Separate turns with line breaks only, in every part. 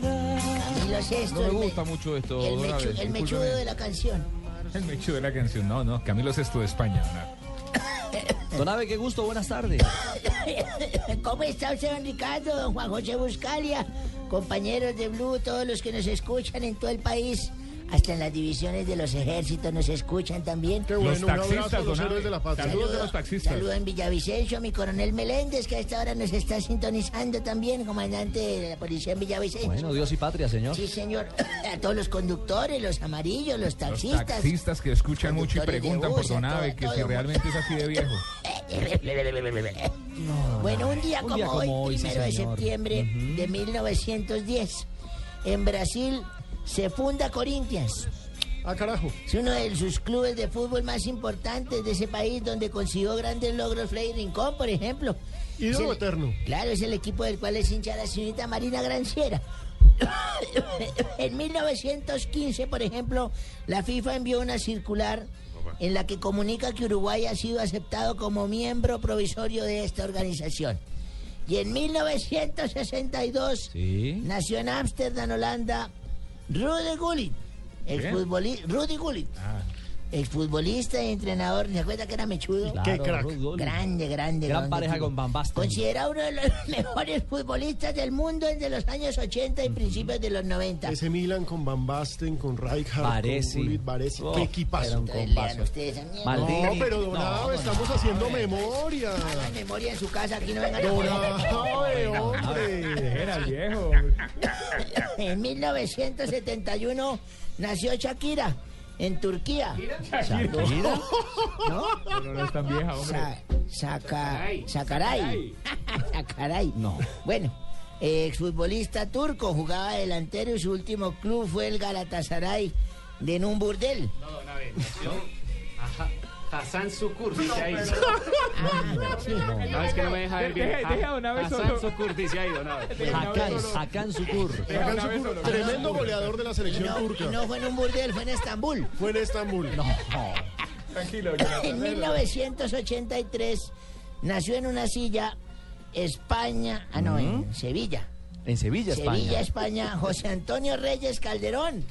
Camilo Sesto.
No me
el me-
gusta mucho esto,
El,
don
mechu-
Abel,
el
discúlpeme.
mechudo de la canción.
El mecho de la canción. No, no, Camilo Sesto de España.
Don Abe, qué gusto, buenas tardes.
¿Cómo está usted, don Ricardo, don Juan José Buscalia, compañeros de Blue, todos los que nos escuchan en todo el país? Hasta en las divisiones de los ejércitos nos escuchan también.
Los taxistas, don Abe. Saludos de los taxistas.
Saludo en Villavicencio a mi coronel Meléndez, que a esta hora nos está sintonizando también, comandante de la policía en Villavicencio.
Bueno, Dios y patria, señor.
Sí, señor. A todos los conductores, los amarillos, los
Los
taxistas.
taxistas que escuchan mucho y
conductores de
preguntan por
bus,
Don
a
Abe
todo-
que si
todo.
realmente es así de viejo.
Bueno, un día
Un
como,
día como
hoy,
hoy, sí,
primero de
señor.
septiembre de 1910, en Brasil se funda Corinthians.
Ah, carajo.
Es uno de sus clubes de fútbol más importantes de ese país donde consiguió grandes logros Freddy Rincón, por ejemplo.
Ídolo
Es el-
eterno.
Claro, es el equipo del cual es hincha la señorita Marina Granciera. en 1915, por ejemplo, la FIFA envió una circular en la que comunica que Uruguay ha sido aceptado como miembro provisorio de esta organización. Y en 1962
Sí.
nació en Ámsterdam, Holanda, Rudy Gullit. exfutboli- Rudy Gullit.
Ah.
Exfutbolista y entrenador. ¿Se acuerda que era mechudo?
Qué crack.
Rudolf.
Grande, grande. grande
Gran pareja
equipo.
con Van Basten.
Considera uno de los mejores futbolistas del mundo entre los años 80 y principios de los 90.
Ese Milan con Van Basten, con Rijkaard,
Baresi.
con Gullit, Baresi.
Oh,
Qué equipazo.
era un
Entonces, lean
compaso.
ustedes esa mierda.
Maldito.
No, pero Don
No,
Abe,
no,
estamos haciendo memoria.
Hagan memoria en su casa, aquí no vengan a
Don
joder.
Abe, hombre.
Era viejo.
En 1971 nació Shakira en Turquía. Shakira. ¿No?
Pero no es tan vieja, hombre.
Sa- saca, sacaray. sacaray. No. Bueno, eh, exfutbolista turco, jugaba delantero y su último club fue el Galatasaray de Numburdel.
Hassan Sukur, dice ahí.
Ah, sí.
No, es que no me deja ver bien.
Deje- deje a Don Abe
Hassan
solo.
Sukur, dice ahí, don Abe.
Hakan, Hakan Sukur.
Era
Hakan
una vez
Şükür,
solo.
Tremendo goleador de la selección
No,
turca.
no fue en Numburdel, fue en Estambul.
Fue en Estambul.
Tranquilo, Jonathan.
En 1983 nació en una silla España, ah no, en Sevilla.
En Sevilla,
Sevilla,
España.
España, José Antonio Reyes Calderón.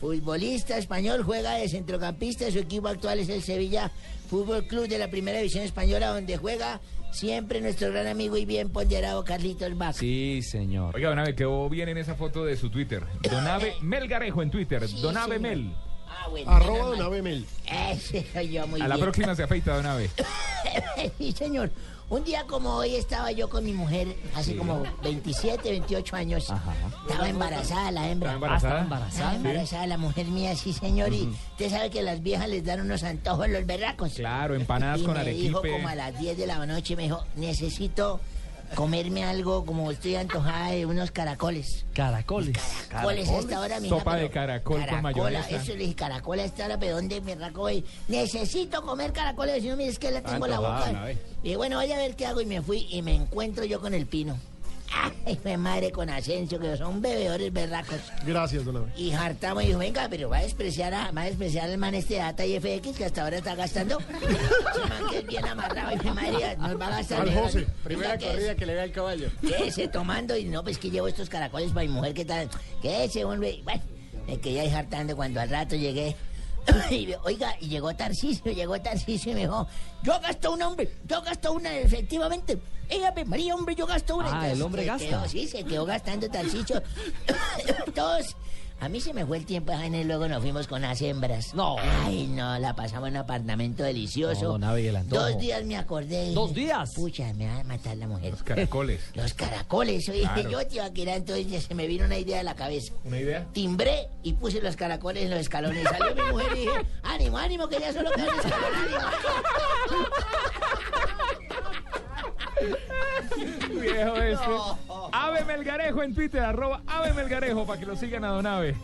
Futbolista español, juega de centrocampista. Su equipo actual es el Sevilla Fútbol Club de la Primera División Española, donde juega siempre nuestro gran amigo y bien ponderado Carlitos Bach.
Sí, señor.
Oiga, Don Abe, quedó bien en esa foto de su Twitter. Don Abe Melgarejo en Twitter. Don Abe
señor.
Mel.
Ah, bueno,
Arroba
menos
Don
mal.
Abe Mel.
Ese soy yo muy
A la
bien.
próxima se afeita, Don Abe.
Sí, señor. Un día como hoy estaba yo con mi mujer, hace como 27, 28 años. Estaba embarazada la hembra.
¿Está embarazada?
Estaba embarazada la mujer mía, sí, señor. Y usted sabe que las viejas les dan unos antojos los berracos.
Claro, empanadas
Y
con
me dijo
arequipe.
como a las 10 de la noche, me dijo, necesito comerme algo, como estoy antojada de unos caracoles.
Caracoles.
¿Cuál es esta hora, mija?
Sopa
Pero
de caracol con ah.
caracola,
mayonesa.
Eso le dije, caracol a esta hora, pero ¿dónde me raco hoy? Necesito comer caracoles, si no, mire, es que la tengo en la
Ah, Antojada, una
boca.
vez.
Y bueno, vaya a ver qué hago, y me fui, y me encuentro yo con el pino. Ay, mi madre con Asensio, que son bebedores berracos.
Gracias, Don Abe.
Y hartamos y dijo, venga, pero va a despreciar a, va a despreciar al man este de Data y FX que hasta ahora está gastando. Ese man que es bien amarrado y mi madre nos va a gastar.
Al José.
Primera corrida que le ve al caballo. Quédese tomando y no, pues que llevo estos caracoles para mi mujer, ¿qué tal? Quédese, hombre. Bueno, me quedé ahí hartando cuando al rato llegué. Y, ve- oiga, y llegó Tarcisio, llegó Tarcisio y me dijo, yo gasto una, hombre, yo gasto una, efectivamente. Ella María, hombre, yo gasto una.
Ah, el hombre
se
gasta.
quedó, sí, se quedó gastando Tarcisio. Todos. A mí se me fue el tiempo, Jaime, y luego nos fuimos con las hembras.
No.
Ay, no, la pasamos en un apartamento
No,
delicioso.
don Abe, y el antojo.
Dos días me acordé. y dije,
¿Dos días?
Pucha, me va a matar la mujer.
Los caracoles.
Los caracoles, oye,
Claro.
yo te iba a quedar, entonces ya se me vino una idea a la cabeza.
¿Una idea?
Timbré y puse los caracoles en los escalones. Salió mi mujer y dije, ánimo, ánimo, que ya solo quedan escalones.
Viejo este.
ánimo".
Ave Melgarejo en Twitter, arroba Ave Melgarejo para que lo sigan a Donave.